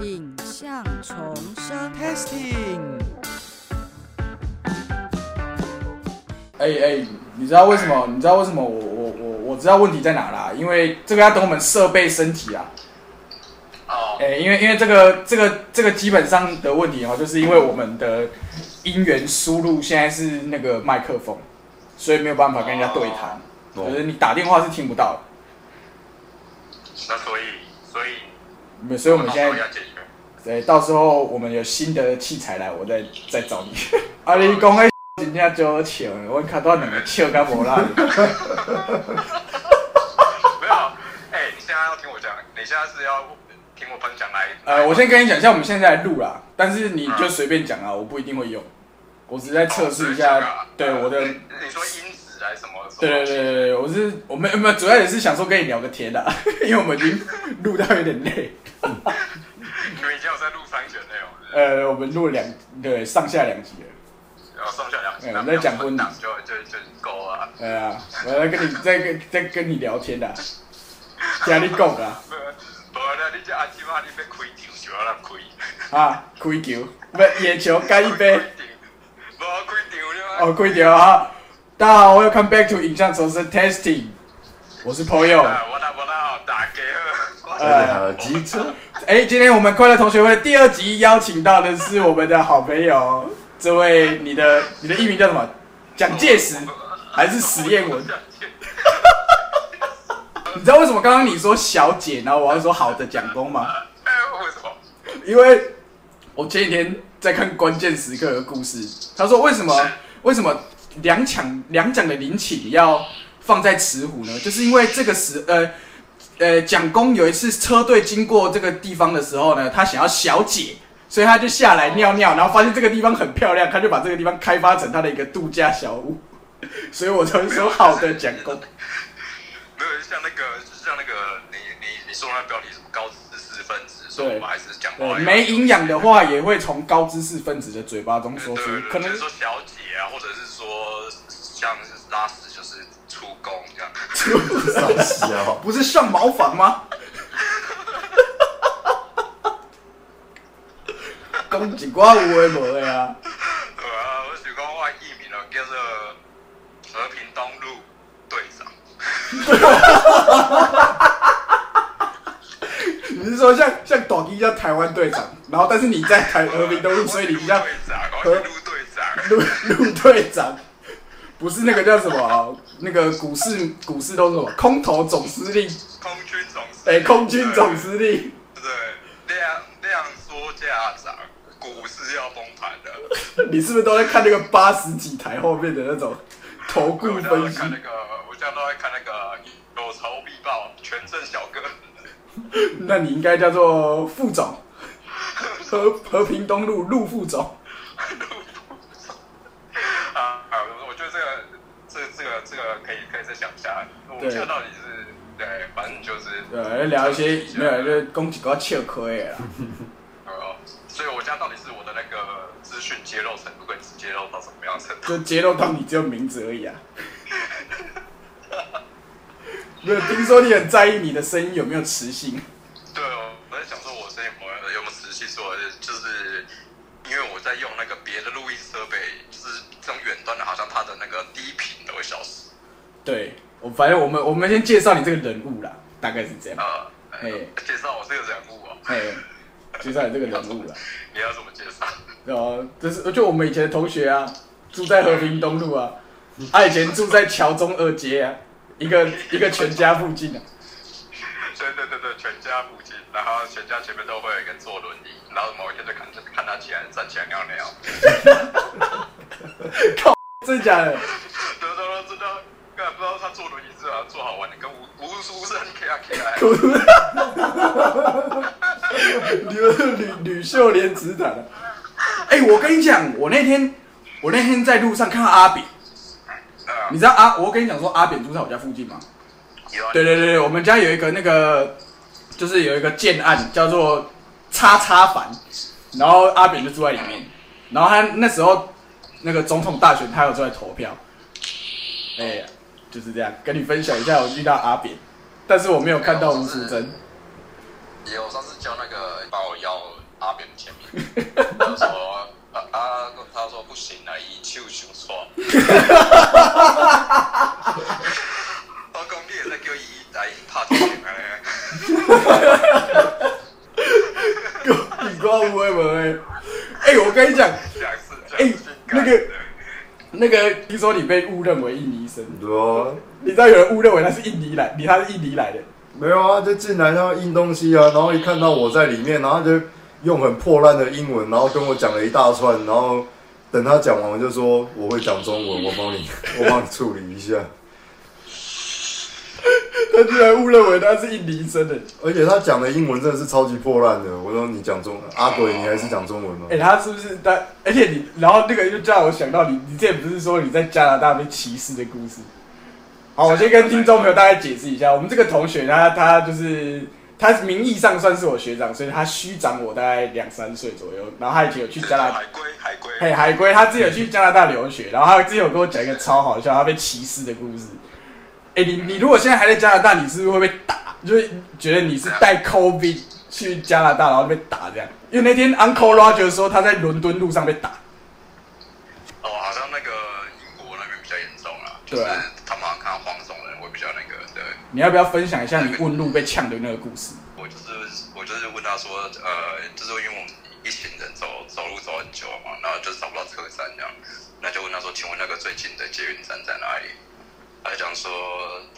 影像重生。 Testing，哎哎，你知道为什么？你知道为什么我我我我知道问题在哪啦？因为这个要等我们设备升级啊。哦，哎，因为因为这个这个这个基本上的问题哦，就是因为我们的音源输入现在是那个麦克风，所以没有办法跟人家对谈，哦就是你打电话是听不到的。那所以所以没所以我们现到时候在要解决。对，到时候我们有新的器材来，我再再找你。 啊，你讲那真正就笑，我看到两个笑到无 啦。没有，哎、你现在要听我讲，你现在是要听我分享来？呃，我先跟你讲一下，我们现在在录啦，但是你就随便讲啊，我不一定会用，我只是在测试一下，对我的，啊你你说音质还是什么？啊对对对对对，我是我们没有，主要也是想说跟你聊个天的， 因为我们已经录到有点累，对，你们已经有在录三卷内容是不是，呃，我们录了两对上下两集了，然后上下两集，哎那我们在讲婚分礼档就就就够了啊。 对啊，我在跟你在跟在跟你聊天的，听你讲啊，没有没有啦，你这阿基玛，你要开场就要咱开，啊，开球，不野球干一杯开。场，无开场你嘛。哦，贵点啊！大家好，Welcome back to 影像重生 Testing，我是 Poyo。哎我啦我啦，打给我。大家呃 好，机车，哎，今天我们快乐同学会第二集邀请到的是我们的好朋友，这位你的你的艺名叫什么？蒋介石还是史艳文？你知道为什么刚刚你说小姐，然后我要说好的蒋公吗？哎，为什么？因为我前几天在看《关键时刻》的故事，他说为什么为什么两抢两蒋的陵寝要放在慈湖呢？就是因为这个时呃呃蒋公有一次车队经过这个地方的时候呢，他想要小解，所以他就下来尿尿，然后发现这个地方很漂亮，他就把这个地方开发成他的一个度假小屋。 所以我才会说好的蒋公，没有像那个，就是像那个，你你你说那标题什么高知识分子，所以我们还是讲话对，没营养的话也会从高知识分子的嘴巴中对说出对对，，可能就是说小姐啊，或者是说像是拉屎就是出宫这样，傻笑，不是上茅房吗？讲一寡有诶无诶啊，对啊，我是讲我艺名哦，叫做和平东路队长，你是说像像抖音叫台湾队长，然后但是你在台和平东路，所以你叫队长，我是陆队长，陆陆队长，不是那个叫什么啊、那个股市股市都是什么空头总司令，空军总司哎、令，空军总司令，对对，量量缩价涨，股市要崩盘了。你是不是都在看那个八十几台后面的那种投顾我分在析？看那个，我现在都在看那个有仇必报，全镇小哥。那你应该叫做副总，和和平东路陆副总。啊啊！我觉得这个，这这个这个可以可以再想一下。我对这个到底是对，反正就是对，呃嗯聊一些没有，就是讲几个笑亏的啦。呃，所以我现在到底是我的那个资讯揭露程度跟揭露到什么样程度？就揭露到你只有名字而已啊。没有，听说你很在意你的声音有没有磁性。对哦，我在想说我这有没有有没有仔细说，就是因为我在用那个别的录音设备，就是这种远端的，好像它的那个低频都会消失。对，我反正我们我们先介绍你这个人物啦，大概是这样。呃，嘿介绍我这个人物哦，哎，介绍你这个人物啦。你要怎么介绍？哦，就是就我们以前的同学啊，住在和平东路啊，他以前住在桥中二街啊，一个一个全家附近啊。对对对对，全家附近，然后全家前面都会有一个坐轮椅，然后某一天就看看他起来站起来尿尿，真的假的？得到了知道，根本不知道他坐轮椅是要做好玩的，跟无无无声 K 啊 K 啊，你们吕吕秀莲啊指导的。哎、我跟你讲，我那天我那天在路上看到阿扁，啊你知道阿、我跟你讲说阿扁住在我家附近吗？有啊对对对对，我们家有一个那个，就是有一个建案叫做叉叉房，然后阿扁就住在里面，然后他那时候那个总统大选，他有出来投票，哎、就是这样，跟你分享一下我遇到阿扁，但是我没有看到吴淑珍。有上次教那个把我腰他说啊啊，他说不行啊，伊手伤酸。我讲你会使叫伊来拍拖安你瓜乌龟门哎，哎、我跟你讲，尼，两次这哎样子。那个那个，听说你被误认为印尼医生，对啊，你知道有人误认为他是印尼来，你他是印尼来的，没有啊，就进来他要印东西啊，然后一看到我在里面，然后他就用很破烂的英文，然后跟我讲了一大串，然后等他讲完，我就说我会讲中文，我帮你， 我帮你处理一下。他居然误认为他是印尼医生的，而且他讲的英文真的是超级破烂的。我说你讲中阿鬼，你还是讲中文哦吗哎、？他是不是他？而且你，然后那个就叫我想到你，你之前不是说你在加拿大被歧视的故事？好，我先跟听众朋友大概解释一下，我们这个同学他他就是他名义上算是我学长，所以他虚长我大概两三岁左右，然后他以前有去加拿大海。龟，海龟，嘿，哎海龟他自己有去加拿大留学，然后他之前有跟我讲一个超好笑，他被歧视的故事。哎、你你如果现在还在加拿大，你是不是会被打？就是觉得你是带 COVID 去加拿大，然后被打这样？因为那天 Uncle Roger 说他在伦敦路上被打，哦，好像那个英国那边比较严重啦，就对是啊他们好像看到黄种人会比较那个，对你要不要分享一下你问路被呛的那个故事？我就是我就是问他说，呃，就是因为我们一群人走走路走很久嘛，然后就是找不到车站这样，那就问他说，请问那个最近的捷运站在哪里？他讲说，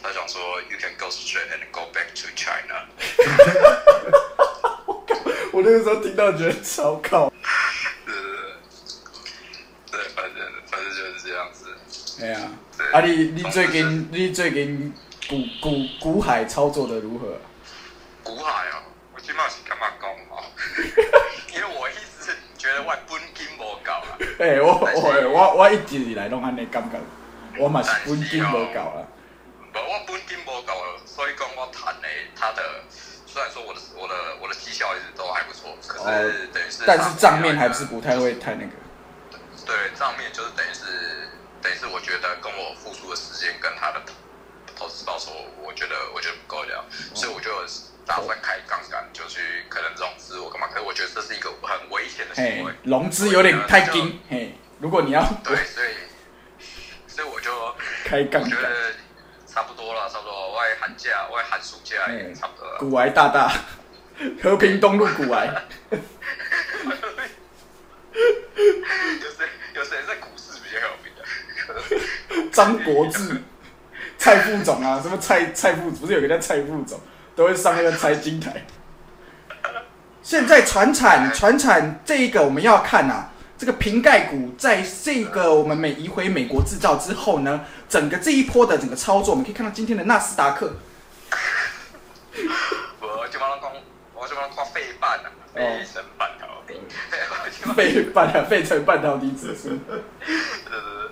他讲说，You can go straight and go back to China。我那个时候听到觉得超靠，对对对，对，反正反正就是这样子。哎呀、啊，啊你你最近你最近古古古海操作的如何？啊古海哦，我今嘛是感觉讲 哦，因为我一直觉得我的本金无够啊啦， 哎、我我我我一直以来拢安尼感觉，我嘛是本金无够啊啦。无我本金无够，所以讲我谈的他的虽然说我的我的我的绩效一直都还不错，可是哦等于是但是账面还不是不太会太那个。对账面就是等于是等于是我觉得跟我付出的时间跟他的投资报酬，我觉得我觉得不够了，所以我就打哦算开杠杆，就去可能融资我干嘛？可是我觉得这是一个很危险的嘿行为，，融资有点太紧。嘿，如果你要啊 对，所以所以我就开杠我觉杆，得差不多了，差不多。我也寒假，我也寒暑假嗯也差不多了。 古癌大大，和平东路古癌。有谁有谁在股市比较有名的？张国志、蔡副总啊，什么蔡蔡副，不是有个叫蔡副总，都会上那个财经台。现在船产船产这一个我们要看啊，这个瓶盖股在这个我们每移回美国制造之后呢，整个这一波的整个操作，我们可以看到今天的纳斯达克，我就帮他讲，我就帮他讲费半啊，哦费神半条。嗯 我就帮被 半啊被成半导体指数。呃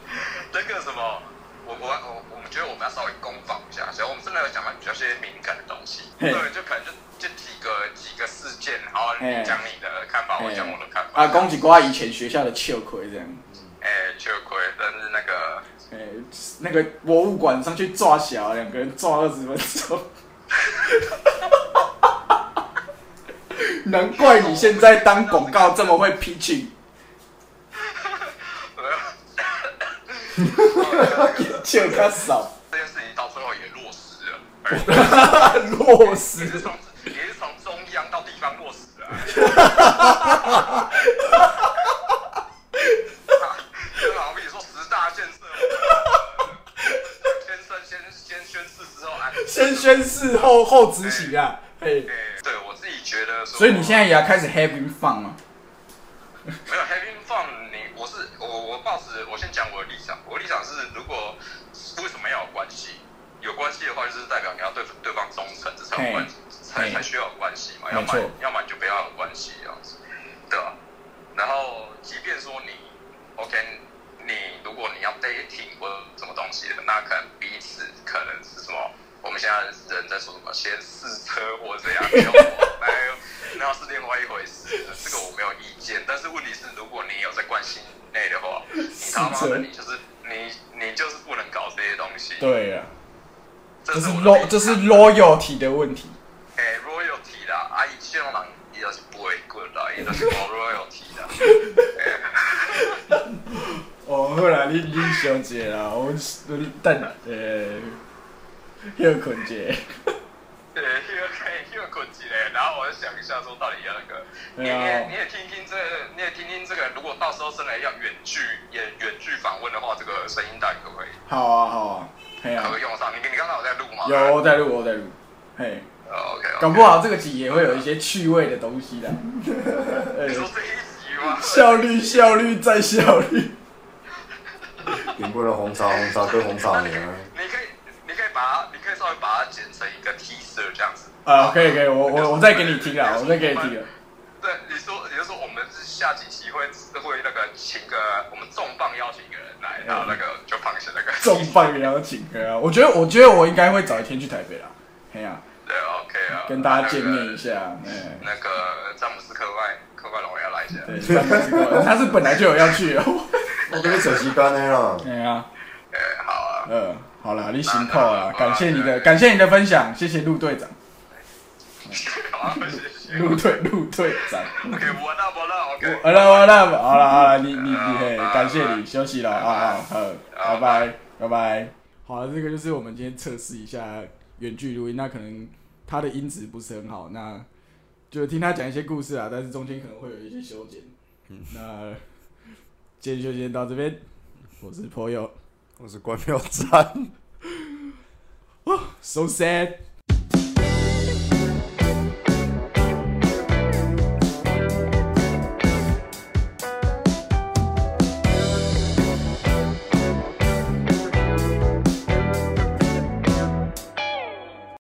那个什么，我我我我们觉得我们要稍微攻防一下，所以我们真的要讲到比较些敏感的东西。嘿对，就可能就就几个几个事件，然后嘿你讲你的看法，我讲我的看法。啊，恭喜瓜以前学校的秋葵这样。哎，确亏，但是那 个。哎、那个博物馆上去抓小，两个人抓二十分钟。 难怪你现在当广告这么会 pitching，欠他少，这件事情到最后也落实了，落也是实。从也是从中央到地方落实啊了。 就好比说十大建设，呃先生先先宣誓之后，哎，先宣誓后后执行啊，嘿、哎，对我自己觉得说，所以你现在也要开始 having fun 嘛？没有 having fun，你我是我我抱持我先讲我的立场，我的立场是如果为什么要有关系？有关系的话，就是代表你要对对方忠诚，这才有关系，才嘿才需要有关系嘛。要没不错然要么你就不要有关系啊这样子，对吧、然后即便说你 OK，你如果你要 dating 或者什么东西的，那可能彼此可能是什么？我们现在人在说什么？先试车或者怎样？交往哎呦那是另外一回事，这个我没有意见。但是问题是，如果你有在关系内的话，你他妈试车的你就是你你就是不能搞这些东西。对啊，这这是我的哎 lo 这是 loyalty 的问题。诶 royalty 啦，啊，伊这种人伊就是不会滚啦，伊就是无 royalty 哦你你小姐啦，我你等呃，休困者，对，又可以又困起来，然后我就想一下说到底要那个，你对啊也你也听听这个，你也听听这个，如果到时候真的要远距也远距访问的话，这个声音档可不可以好啊好啊，嘿可不啊可以，用得上？你你刚才有在录吗？哦有我在录我在录，嘿， ，OK，搞不好这个集也会有一些趣味的东西的， 你说呃这一集 吗？ 效率效率再效率，顶不了红茶，红茶跟红那茶你可以娘啊。你可以你可以把它，你可以稍微把它剪成一个 teaser 这样子。啊，可以可以，我我我再给你听啊，我再给你听啊，对，你说，也就是说，我们是下几期会会那个请个我们重磅邀请一个人来，然后那个就放下那个重磅邀请歌啊，我觉得我觉得我应该会早一天去台北啦，嘿啊，对，OK 啊，跟大家见面一下，哎。那个。那个詹姆斯科外科外龙要来一下，对，詹姆斯过来他是本来就有要去的。我跟你扯旗杆的啦，哎呀， 哎，好啊，呃，好啦，你行扣啦，感谢你的，感谢你的分享，谢谢陆队长， 好啊，谢谢。陆队陆队长。 OK，我那我那 OK，好了好了好了好了，你你你，嘿，感谢你，休息了啊啊，好，拜拜拜拜。好了，这个就是我们今天测试一下远距录音，那可能它的音质不是很好，那就听他讲一些故事啊，但是中间可能会有一些修剪。那今天就先到这边，我是颇友我是关庙站。 ，so sad。